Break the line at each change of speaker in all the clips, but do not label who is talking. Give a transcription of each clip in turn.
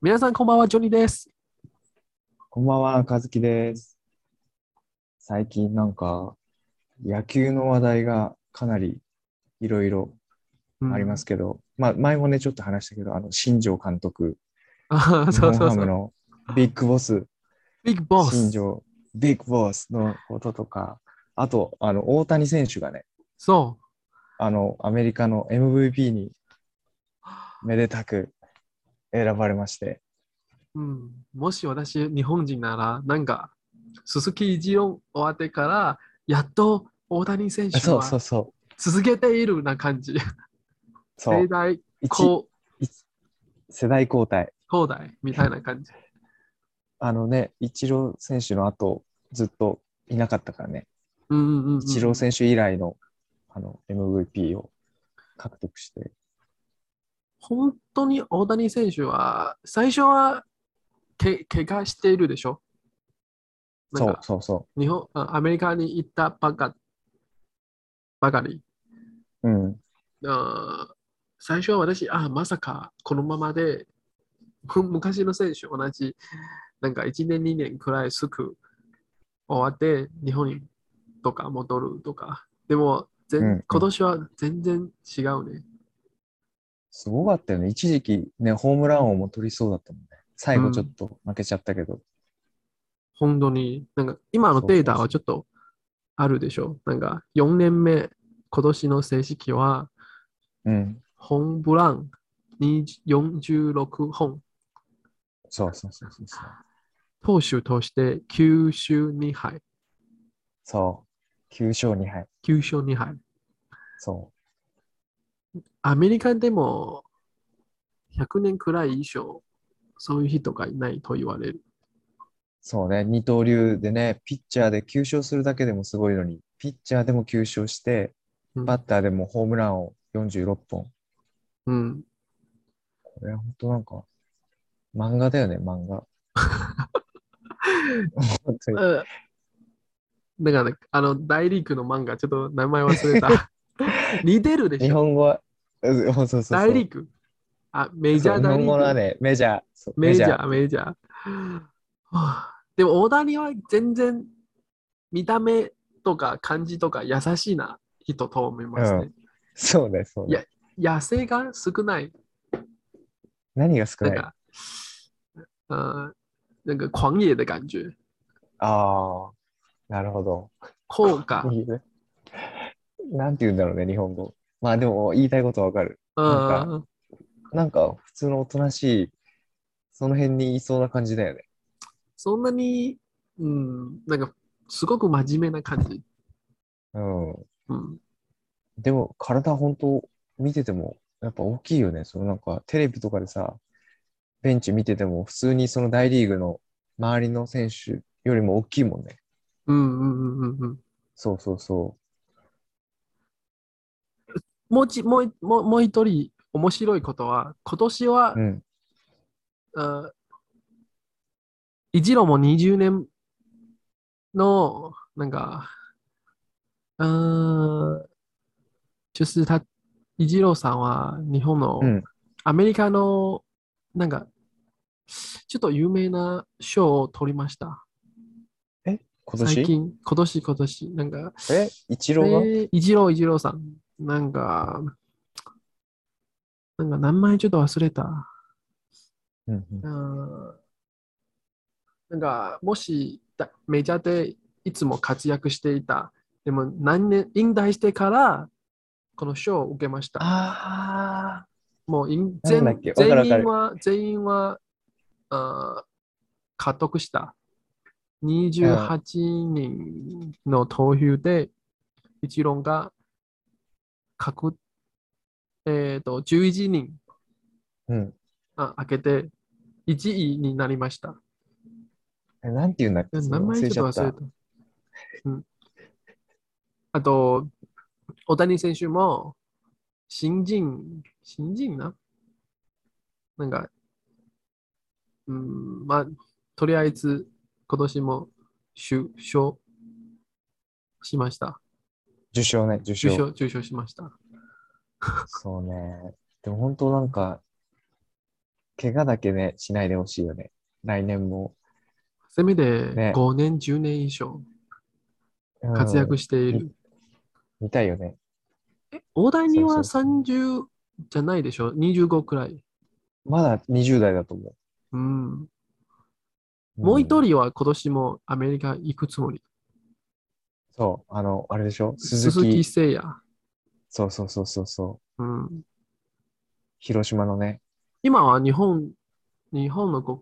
皆さんこんばんは、ジョニーです。。
こんばんは、和樹です。最近なんか、野球の話題がかなりいろいろありますすけど、まあ前もね、ちょっと話したけど、あの、新庄監督、
あー
日
そう
本
そう
ハ
そ
ム
う。
のビッグボス、
ビッグボ
新
ス。
庄、ビッグボスのこととか、あと、あの、大谷選手がね、
そう。
あの、アメリカの MVP にめでたく選ばれまして、
うん、もし私、日本人なら、なんか、鈴木一郎終わってから、やっと大谷選手
そうそう
は
そう、
続けているな感じ。
そ
世
う、
代
一
交
世代交代。
交代みたいな感じ。
あのね、イチロー選手の後、ずっといなかったからね、
うんうんうんうん、
イチロー選手以来のあの MVP を獲得して、
本当に大谷選手は、最初はけ怪我しているでしょなん
そう
か
そうそ
日本あアメリカに行ったばかばかり。
う、うん、
あー最初は私、あーまさかこのままで、く昔の選手同じ、なんか1年2年くらいすぐ終わって、日本にとか戻るとか。でも、全
うんうん
今年は全然違うね。
すごかったよね、一時期ね、ホームラン王も取りそうだったもんね、最後ちょっと負けちゃったけど、
本当に、なんか今のデータはちょっとあるでしょ。なんか4年目、今年の成績は、
うん、
ホームラン20 46本、
そうそうそうそうそう、
投手として9勝2敗、
そう、9勝2敗、
9勝2敗。
そ
アメリカでも100年くらい以上、そういう人がいないと言われる。
う、そうね、二刀流でね、ピッチャーで9勝するだけでもすごいのに、ピッチャーでも9勝して、
うん
バッターでもホームランを46本。
うん、
これは本当なんか、漫画だよね、漫画。 本当に
うんだからね、あの、大リーグの漫画、ちょっと名前忘れ た。似てるで
日
しょ、
本語は、うんそうそうそう。
大リーグ。あ、メジ
そ
ャー
う日
大リ
本語
ー
の
グ。
ね、メジャー。そう
メジャー、メジャー。はあでも、大谷は全然見た目とか漢字とか優しいな人と思いますね。
そうね、そう
い
ね
や。野生が少ない
何が少
なん
ないあ
か、呃，那个狂野的感觉，
あー、なるほど。
酷感，
いいねなんて言うんだろうね、日本語。まあでも、言いたいことはわかる。なん
嗯，
なんか、普通のおとなしい、その辺にいそうな感じだよね。
そんなに、うん、なんかすごく真面目な感じ。
うん。
うん、
でも体本当見ててもやっぱ大きいよね。そのなんかテレビとかでさ、ベンチ見てても普通にその大リーグの周りの選手よりも大きいもんね。
うん、うん、うん、うん。
そうそうそ
もうち、もうい、もう、もう一人面白いことは、今年は
う。う、ん。
呃一郎も20年の、なんか、嗯、就是他、一郎さんは日本の、
うん
アメリカの、なんか、ちょっと有名な賞を取りました。
今
最
年
近、今年、今年、なんか、
え一郎が
えー一郎一郎さん、なんか、なんか名前ちょっと忘れた。
うんうん
うんなんか、もしだメジャーでいつも活躍していた、でも何年、引退してから、この賞を受けました。
あ
もう引
なん
全
だっけわかる
全
わかる
員は、全員は、あー獲得した。28人の投票で、一郎が獲、えっ、と、11人
ーうん。
あ開けて、1位になりました。
え、なんて言うんだっけ
名前
忘れ
ち
ち
ょ
ゃ
っ
っ
と忘れ
た。
た。うん、あと、大谷選手も、新人、新人ななんか、うん、まあ、とりあえず、今年も受賞しました。
受賞ね、受
受
賞。
賞、受賞しました。
そうね。でも本当なんか、怪我だけね、しないでほしいよね。来年も。
せめて
ね
5年、10年以上
うん
活躍している。
見たいよね。
え大谷は
そうそうそ
30じゃないでしょ ?25 くらい。
まだ20代だと思
うん。
う。
もう一
ん
人は今年もアメリカ行くつもり。
そう、あの、あれでしょ鈴
鈴
木。
木誠也。
そうそうそうそうそう。
うん。
広島のね。
今は日本、日本の国、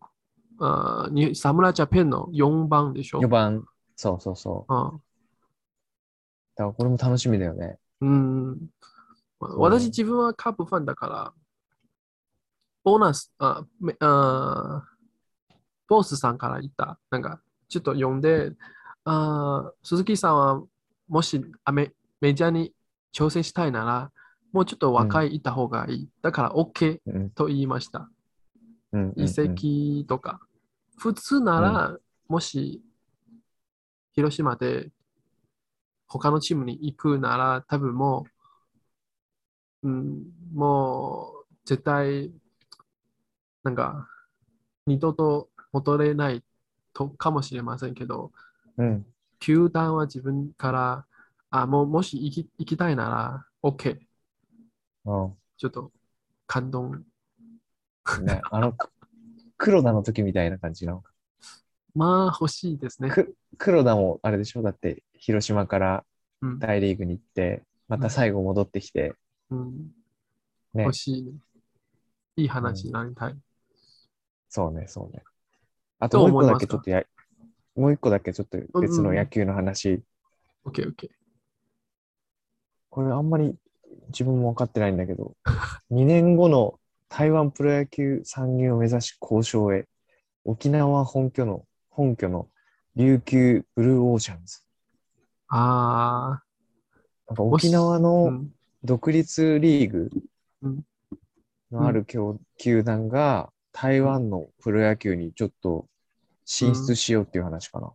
あーに侍ジャパンの4番でしょ
4番。そうそうそう。
あ
だからこれも楽しみだよね。
うん。まあ
そう
私自分はカープファンだから、ボーナス、あ、めあーボスさんから言った、なんか、ちょっと読んで、あー鈴木さんはもしアメメジャーに挑戦したいなら、もうちょっと若いいた方がいい。だから OK
うん。
と言いました。
うんうん、うん。
移籍とか。普通なら、もし、広島で他のチームに行くなら、多分もう、うん、もう、絶対、なんか、二度と戻れないとかもしれませんけど、
うん。
球団は自分から、あ、もう、もし行き行きたいなら、OK。
うん。
ちょっと、感動。
ね、あの、黒田の時みたいな感じの。
まあ、欲しいですね。
く黒田もあれでしょだって、広島から
うん。
大リーグに行って、また最後戻ってきて、
うん
ね
欲しいね。いい話になりたい。
そうね、そうね。あ
ど
と
う
もう
思
一
います
個だけ
か
ちょっとや、もう一個だけちょっと別の野球の話、
オッケーオッケー。
これあんまり自分も分かってないんだけど、2年後の台湾プロ野球参入を目指し交渉へ、沖縄本拠の、本拠の琉球ブルーオーシャンズ。
あ
なんか沖縄
あ、う
の
ん。
独立リーグ
うん
のある球球団が台湾のプロ野球にちょっと進出しようっていう話かな。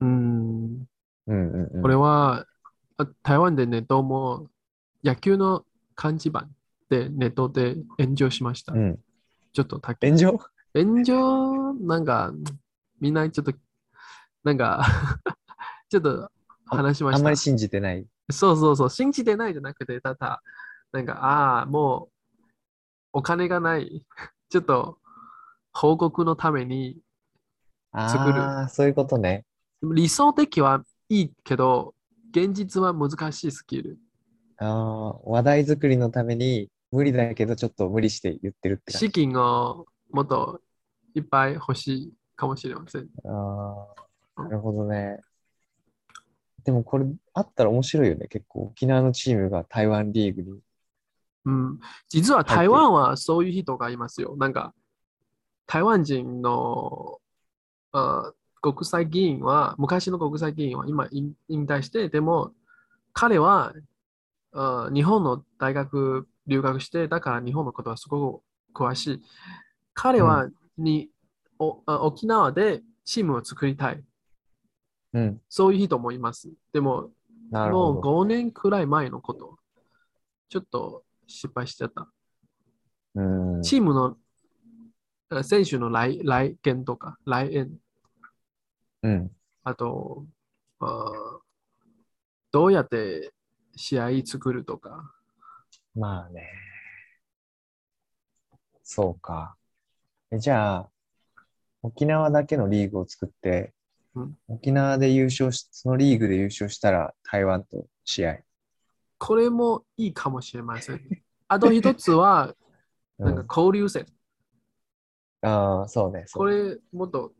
うん、
うんうんうん。
これは、あ台湾でネットも野球の漢字版でネットで炎上しました。
うん。
ちょっと高い
炎上
炎上、なんか、みんなちょっと、なんか、 ちょっと話しました。
あんまり信じてない。
そうそうそう、信じてないじゃなくて、ただ、なんか、ああ、もう、お金がない。 ちょっと、報告のために、作る
ああ、そういうことね。
理想的はいいけど、現実は難しいスキル。
あー話題作りのために無理だけどちょっと無理して言ってるって感
資
じ。
金をもっといっぱい欲しいかもしれません。
ああ、なるほどね。でもこれあったら面白いよね。結構沖縄のチームが台湾リーグに。
うん、実は
って
台湾はそういう人がいますよ。なんか、台湾人のあ国際議員は、昔の国際議員は今引引退して、でも彼はあ日本の大学留学して、だから日本のことはすごく詳しい。彼はに、おあ沖縄でチームを作りたい。
うん。
そういう人もいます。でも、
なる
もう
ほど。
5年くらい前のこと。ちょっと失敗しちゃった。
うん。
チームのあ選手の来来源とか、来園、
うん。
あとあーどうやって試合作るとか、
まあね。そうか。えじゃあ、沖縄だけのリーグを作って、
うん
沖縄で優勝し、そのリーグで優勝したら台湾と試合。
これもいいかもしれません。あと一つ は、
う
なんんか交流戦。
ああ、そうね。
こ
そうね
れもっと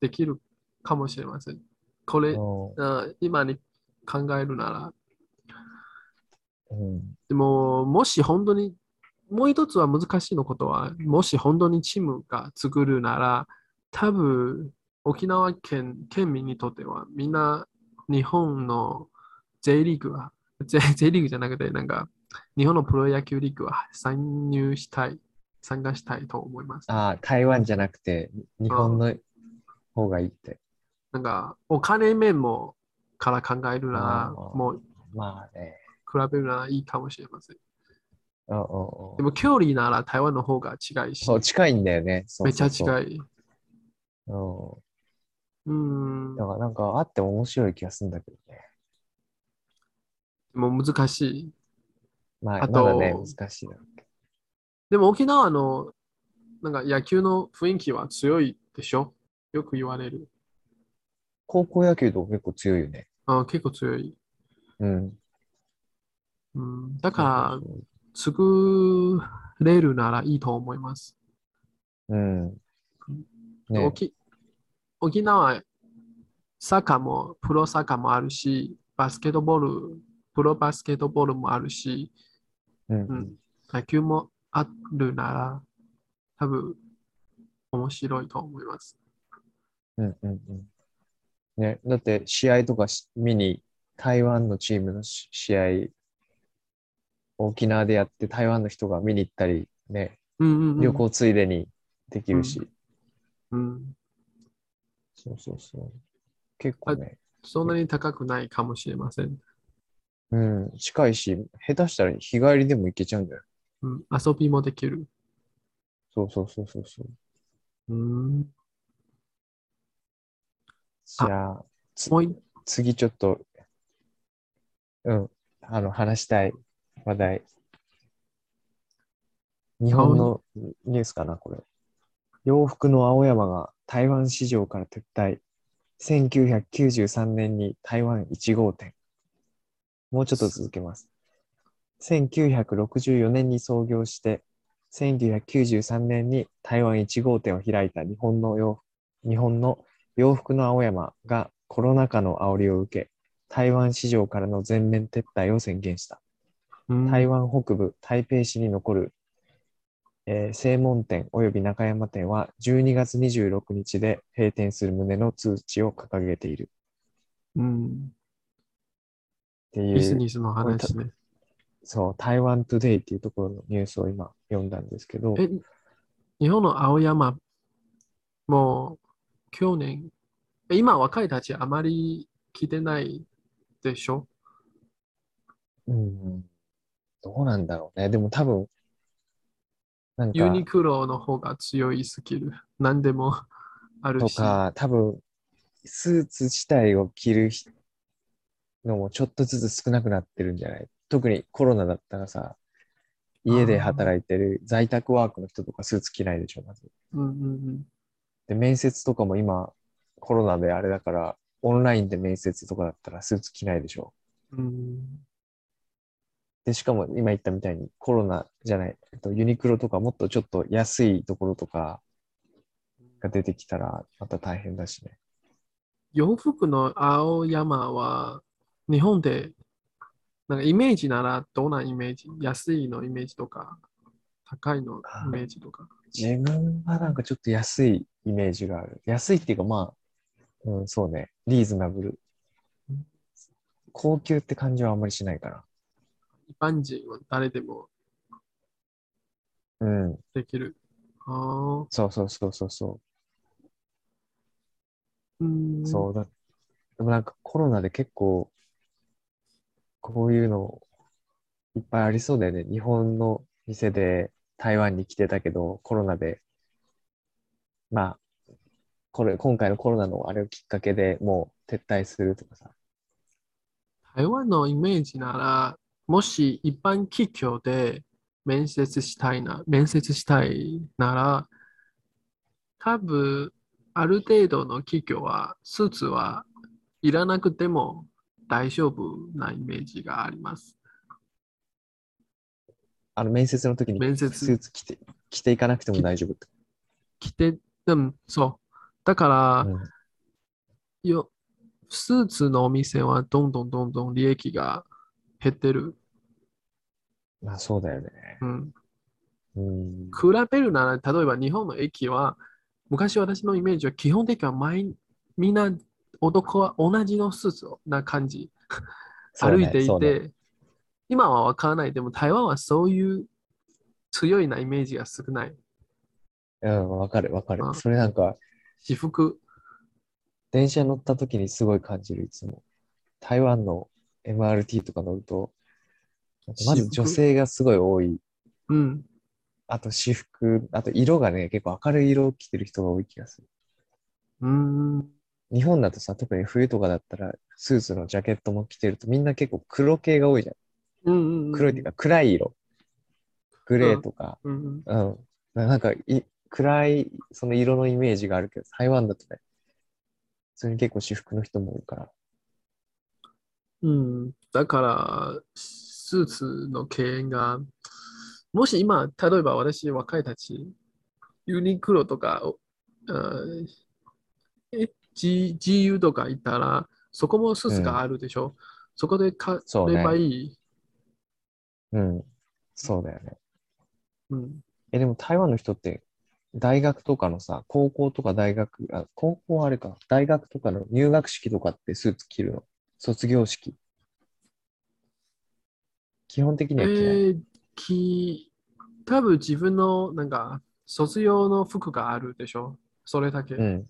できるかもしれません。これ、あー今に考えるなら、
うんうん
でも、もし本当に、もう一つは難しいのことは、もし本当にチームが作るなら、多分、沖縄県、県民にとっては、みんな日本の J リーグは、J, J リーグじゃなくて、なんか、日本のプロ野球リーグは参入したい、参加したいと思います。
ああ、台湾じゃなくて、日本の方がいいって。
なんか、お金面もから考えるなら、
あー
もう
まあね。
比べるならいいかもしれません。
うんうん
でも距離なら台湾の方が違いし、
そう、近いんだよね。そう
めっちゃ
そうそう
近い。
う
うん。
ん。
で
だからなんかあっても面白い気がするんだけどね。
も難しい。
まあ、
あ
ま
と
だね、難しいな。
でも沖縄のなんか野球の雰囲気は強いでしょよく言われる。
高校野球とか結構強いよね。
あ結構強い。
うん。
うん、だから、作れるならいいと思います。
うん。ね、
沖沖縄、サッカーも、プロサッカーもあるし、バスケットボール、プロバスケットボールもあるし、
うん
う。ん、野球もあるなら、多分、面白いと思います。
うんうんうん。ね、だって試合とかし見に、台湾のチームのし試合、沖縄でやって台湾の人が見に行ったり、ね、
うんうんうん、
旅行ついでにできるし、
うん。
そうそうそう。結構ね、
そんなに高くないかもしれません。
うん、近いし、下手したら日帰りでも行けちゃうんじゃない
うん、遊びもできる。
そうそうそうそうそう。
うん、あ
じゃあ、つ
もうい
次ちょっと、うん、あの、話したい話題。日本のニュースかな、これ。洋服の青山が台湾市場から撤退。1993年に台湾1号店。もうちょっと続けます。1964年に創業して、1993年に台湾1号店を開いた日本の洋日本の洋服の青山がコロナ禍の煽りを受け、台湾市場からの全面撤退を宣言した。
うん
台湾北部、台北市に残る、えー正門店及び中山店は12月26日で閉店する旨の通知を掲げている
うん、
ってい
ビジ
う、
ネスの話ね。
そう、台湾トゥデイっていうところのニュースを今読んだんですけど、
え、日本の青山、もう去年、え今若いたちあまり来てないでしょ
うん、どうなんだろうね。でも多分、なん
ユ
か、
ニクロの方が強いスキル。何でもある
と
し。
か、多分、スーツ自体を着るひのもちょっとずつ少なくなってるんじゃない特にコロナだったらさ、家で働いてる在宅ワークの人とかスーツ着ないでしょ、まず。
うんうんうん。
で、面接とかも今、コロナであれだから、オンラインで面接とかだったらスーツ着ないでしょ。
うん
で、しかも今言ったみたいにコロナじゃない、えっと、ユニクロとかもっとちょっと安いところとかが出てきたら、また大変だしね。
洋服の青山は日本でなんかイメージならどんなイメージ安いのイメージとか高いのイメージとか。
自分はなんかちょっと安いイメージがある。安いっていうかまあ、うん、そうね、リーズナブル
うん。
高級って感じはあんまりしないか
一般人は誰でも
な。うん、
できる。あー
そうそうそうそうそうう。
ん
そうだ。でもなんかコロナで結構、こういうのいっぱいありそうだよね。日本の店で台湾に来てたけど、コロナで、まあ、これ、今回のコロナのあれをきっかけでもう撤退するとかさ。
台湾のイメージなら、もし一般企業で面接したいな、面接したいなら、多分、ある程度の企業は、スーツはいらなくても大丈夫なイメージがあります。
あの面接の時に
面接
スーツ着て着ていかなくても大丈夫ってこ
着て、うん、そう。だから、
と、
よスーツのお店はどんどんどんどん利益が減ってる。
まあそうだよね。
うん
うん。
比べるなら、例えば日本の駅は、昔私のイメージは基本的には毎みんな男は同じのスーツな感じ、
そう
歩
ね
いてい
そうね
て、今はわからない、でも台湾はそういう強いなイメージが少ない。
うん、わかるわかる
う。ん
それなんか、
私服、
電車乗った時にすごい感じる、いつも。台湾の MRT とか乗ると、まず女性がすごい多い
うん。
あと私服、あと色がね、結構明るい色を着てる人が多い気がする。
うーん。
日本だとさ、特に冬とかだったら、スーツのジャケットも着てると、みんな結構黒系が多いじゃん。
うんうんうん。
黒いっていうか、暗い色。グレーとか、
うんうん。
うん。なんかい、暗い、その色のイメージがあるけど、台湾だとね、それに結構私服の人も多いから。
うん、だから、スーツの敬遠が、もし今、例えば私、若いたち、ユニクロとか、おあーえ、G、GU とか行ったら、そこもスーツがあるでしょ。そこで買
そうね
えばいい。
うん。そうだよね。
うん。
え、でも台湾の人って、大学とかのさ、高校とか大学、あ、高校はあれか、大学とかの入学式とかってスーツ着るの。卒業式。基本的には着ない。
えーき、多分自分の、なんか、卒業の服があるでしょ。それだけ。
うん。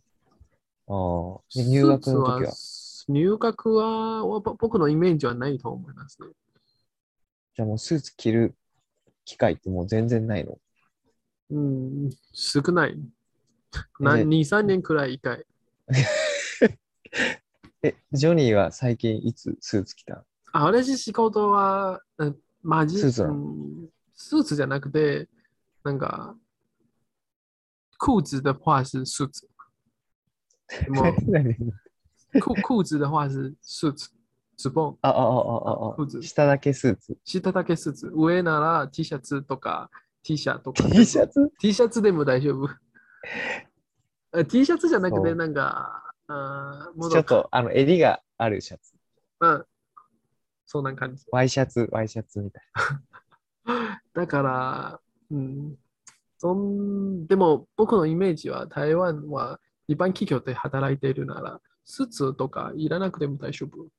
ああ。で入学の時は、
スーツは、入学は、おぼ僕のイメージはないと思いますね。
じゃあもうスーツ着る機会ってもう全然ないの。
うん、少ない。な
え
2、3年くらい一回。
え、ジョニーは最近いつスーツ着た
あ、私仕事は、うんマジ、
スーツな
う
の
んスーツじゃなくて、なんか、裤子的话是スーツ。でも
何
裤裤子的话是スーツ。ズボン。
あ、あ、あ、あ、あ、
スーツ
あ、下だけスーツ。
下だけスーツ。上なら T シャツとか T シャツとか。
T シャツ
T シャツでも大丈 夫。あ T シャツじゃなく
そ
て、
う
なんか、あーもう
ちょっと、あの、襟があるシャツ。
うん、そんな感じ。
ワイシャツ、ワイシャツみたい
だから、うん、そんでも僕のイメージは台湾は一般企業で働いているならスーツとかいらなくても大丈夫。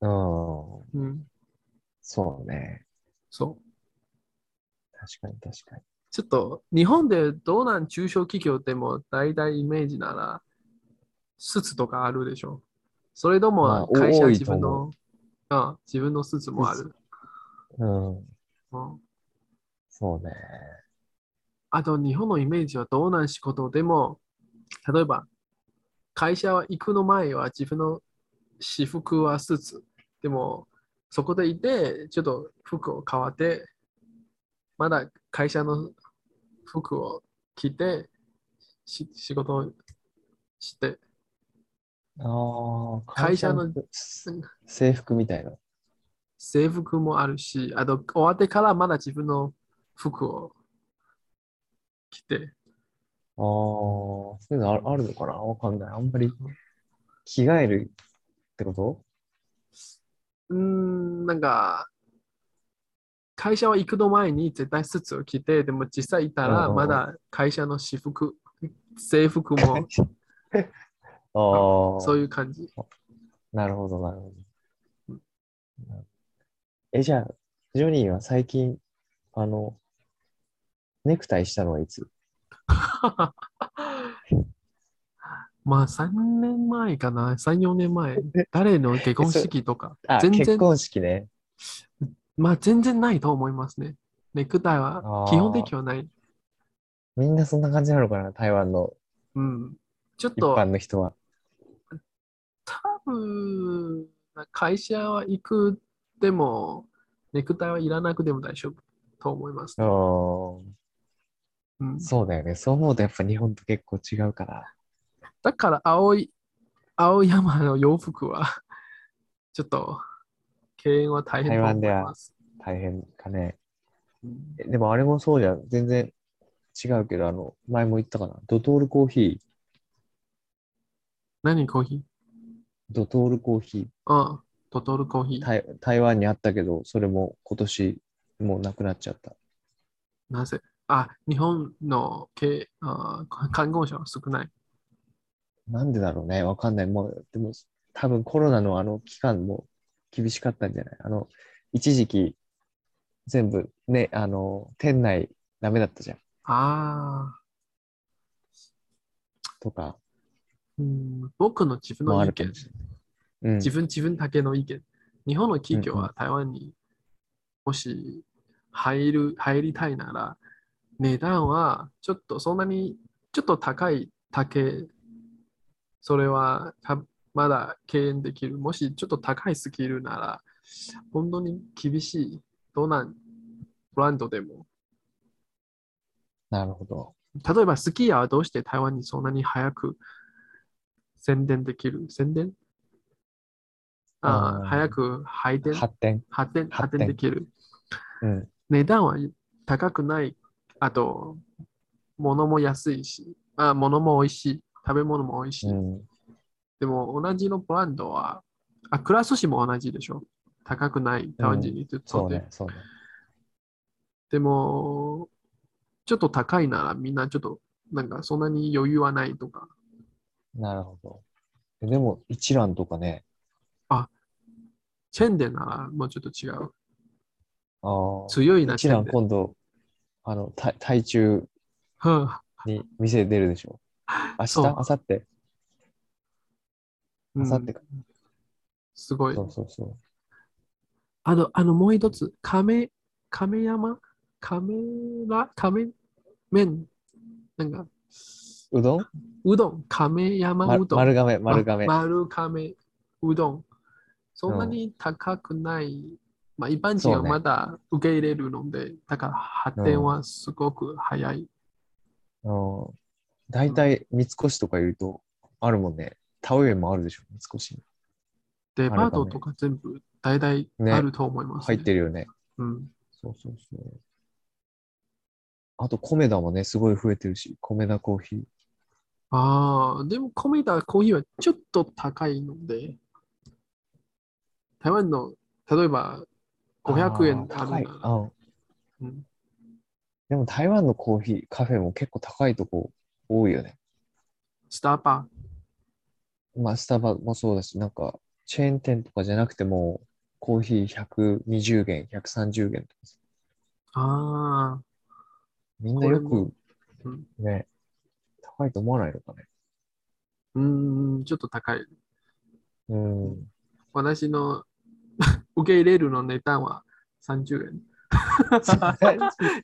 な。うん。
うん、
そうね。
そう。
確かに、確かに。
ちょっと日本でどうなん中小企業でも大体イメージならスーツとかあるでしょ。それと
まあ
も
お
会社
多い
自分
と
の、あ自分のスーツもあ
ス
る。
うん。
うん
そうね。
あと日本のイメージはどうなん仕事でも、例えば会社は行くの前は自分の私服はスーツ。でもそこでいて、ちょっと服を変わって、まだ会社の服を着て、し仕事をして、
ああ、
会社の
す制服みたいな。
制服もあるし、あと終わってからまだ自分の服を着て、
ああ、そういうのあるあるのかなわかんない。あんまり着替えるってこと
うーん、なんか、会社は行くの前に絶対スーツを着て、でも実際いた
うんうん
ら
うん
まだ会社の私服、制服 も
ああ。
そういう感じ。
なるほど、なるほど。え、じゃあ、ジョニーは最近、あの、ネクタイしたのはいつ
まあ3年前かな、3、4年前、誰の結婚式とか、
あ、
全
結
然、
婚式ね。
まあ全然ないと思いますね。ネクタイ
あ
は
ー
基本的にはない。
みんなそんな感じなのかな台湾の
うん。ちょっ
一
と
般の人は。
多分、会社は行くでも、ネクタイはいらなくても大丈夫と思います
う。ーん
うん、
そうだよね。そう思うとやっぱ日本と結構違うから。
だから、青い、青山の洋服は、 ちょっと、敬遠は大変と思います。
大変かね。
うん
えでもあれもそうじゃん。全然違うけど、あの、前も言ったかな。ドトールコーヒー、
何コーヒー
ドトールコーヒー。
ああ、ドトールコーヒー。
台台湾にあったけど、それも今年もうなくなっちゃった。
なぜあ、日本の経あ看護者は少ない。
なんでだろうね、わかんない。もう、でも、多分コロナのあの期間も厳しかったんじゃないあの、一時期、全部ね、あの、店内ダメだったじゃん。
ああ、
とか、
うん、僕の自分
も
の
あ
意
るかも
見
し。れない。うん。
自分自分だけの意見。日本の企業
うん
は台湾にもし入る、入りたいなら、値段はちょっとそんなに、ちょっと高いだけ、それはたまだ敬遠できる。もしちょっと高いスキルなら、本当に厳しい。どんなブランドでも。
なるほど。
例えばスキーヤーはどうして台湾にそんなに早く宣伝できる宣伝あ
あ
あ
ー
早く配電
発展。
発展
発
発
展
展できる。
うん。
値段は高くない。あと、物も安いし、あ物も美味しい。食べ物も美味しい。
うん。
でも同じのブランドは、あ、くら寿司も同じでしょ。高くない。台湾人にとって、
そうね、そうね。
でも、ちょっと高いならみんなちょっと、なんかそんなに余裕はないとか。
なるほど。えでも、一蘭とかね。
チェンでならもうちょっと違う。
ああ。
強いな、
一
チェン
蘭
で。
今度、あの、た台中
うん
に店出るでしょ。明日
そう
明後日
う
明
ん
後日か。
すごい
そ。うそうそう。
あと、あの、もう一つ、亀、亀山亀ら亀麺なんか、
うどん
うどん、亀山
ま
うどん。
丸亀、丸亀。
ま丸亀うどん。そんなに高くない。まあ、一般人
そ
は
うね
まだ受け入れるので、だから発展はすごく早い。
うん。大体、三越とかいると、あるもんね。田植えもあるでしょ、三越。
デパート
丸亀
とか全部大体
ね
あると思います、
入ってるよね。
うん。
そうそうそう。あと、米田もね、すごい増えてるし、米田コーヒー。
ああ、でもコメダコーヒーはちょっと高いので、台湾の例えば500円
あ
あ
ー
る
高い。
なら、
うん。
うん
でも、台湾のコーヒー、カフェも結構高いとこ多いよね。
スターバ
まあ、スタバもそうだし、なんか、チェーン店とかじゃなくても、コーヒー120元、130元とかさ
ー。ああ、
みんな
こ
よ
れ
く
うん、
ね、高いと思わないのかね。
うーん、ちょっと高い。
うん。
私の 受け入れるの値段は30円。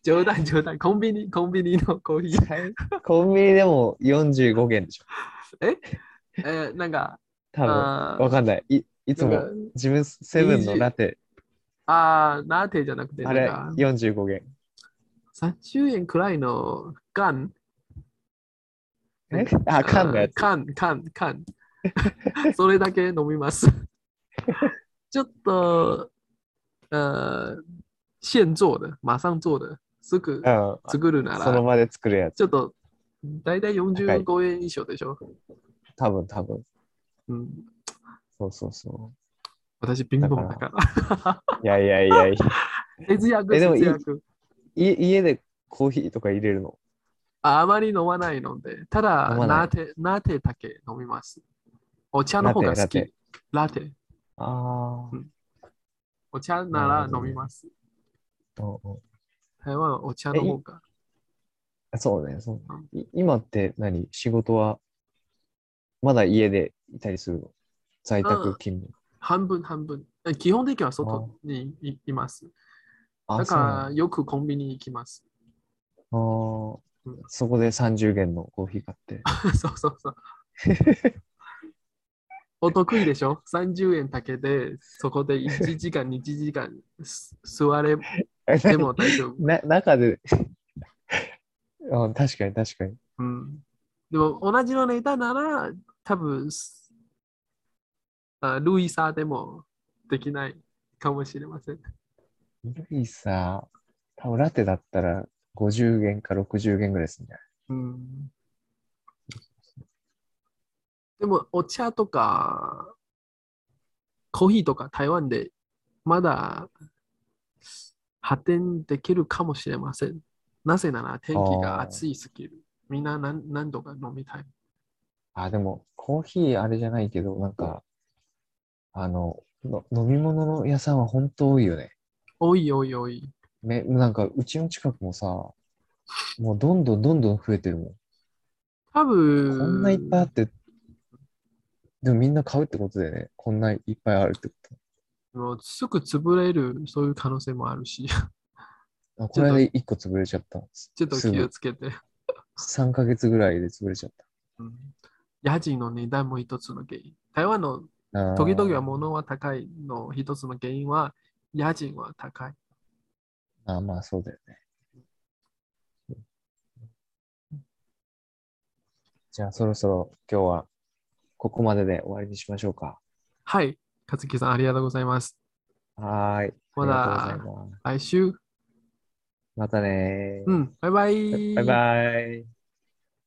冗談冗談。コンビニ、コンビニのコーヒー。
コンビニでも45元でしょ。
えーなんか、
多分、
あー
わかんない。いい
な
つ
んか
も、自分セブンのラテ、
あー、ラテじゃなくて、な
あ
ん
れ
か、
45元。
30円くらいの缶。
え あ、缶のやつ。
缶、缶、缶。 それだけ飲みます。 ちょっと、呃、现做的、馬上做的、すぐ
うん。
作るな
その
ら、
場で作るやつ。
ちょっと、だいたい45円以上でしょ。
多分、多分。
うん、
そうそうそ
私、貧乏だから。
う。いやいやいやいや。
節約、
えでもいい
節約。
い家でコーヒーとか入れるの
ああまり飲まないので、ただ
飲まない
ラテ、ラテだけ飲みます。お茶の方が好き。
ラ
ラ
テ
テ。
あ
お茶なら飲みます。
あ、うんうん
台湾はお茶の方が。
そうね、そうね。い今って何仕事は、まだ家でいたりするの在宅勤務。
半分半分。え基本的には外にいいます。
あ
だ
そうな
か
ん
ら
だ
よくコンビニ行きます。
あー
うん
そこで30元のコーヒー買って。
そうそう そう。お得意でしょ ?30 円だけで、そこで1時 間、2時間す座れ ても大 丈夫。
な中でうん、確かに確かに。
うんでも同じのネタなら多分すあルイサーでもできないかもしれません。
ルイさ、多分ラテだったら50元か60元ぐらいですね。
うん、でもお茶とかコーヒーとか台湾でまだ発展できるかもしれません。なぜなら天気が暑いすぎる。みんな何何度か飲みたい。
あ、でも、コーヒーあれじゃないけど、なんか、あの、の飲み物の屋さんは本当多いよね。
おいおいおい。
め、なんか、うちの近くもさ、もうどんどんどんどん増えてるもん。
多
こ
分
んないっぱいあって、でもみんな買うってことだよね。こんないっぱいあるってこ
もうすぐ潰れる、そういう可能性もあるし。
あこれで1個潰れちゃった。
ちょっと
す
気を
ぐ
つけて。
3ヶ月ぐらいで潰れちゃっ
うん、家賃の値段も一つの原因。台湾の
た。あー
時々は物は高いの一つの原因は家賃は高い。
あーまあそうだよね。じゃあそろそろ今日はここまでで終わりにしましょうか。
はい、勝木さんありがとうございます。
はーい。
ま
ありが
だ
とうございます。
来週。
またね
う
ー。
ん、バイバイ。
バイバイ。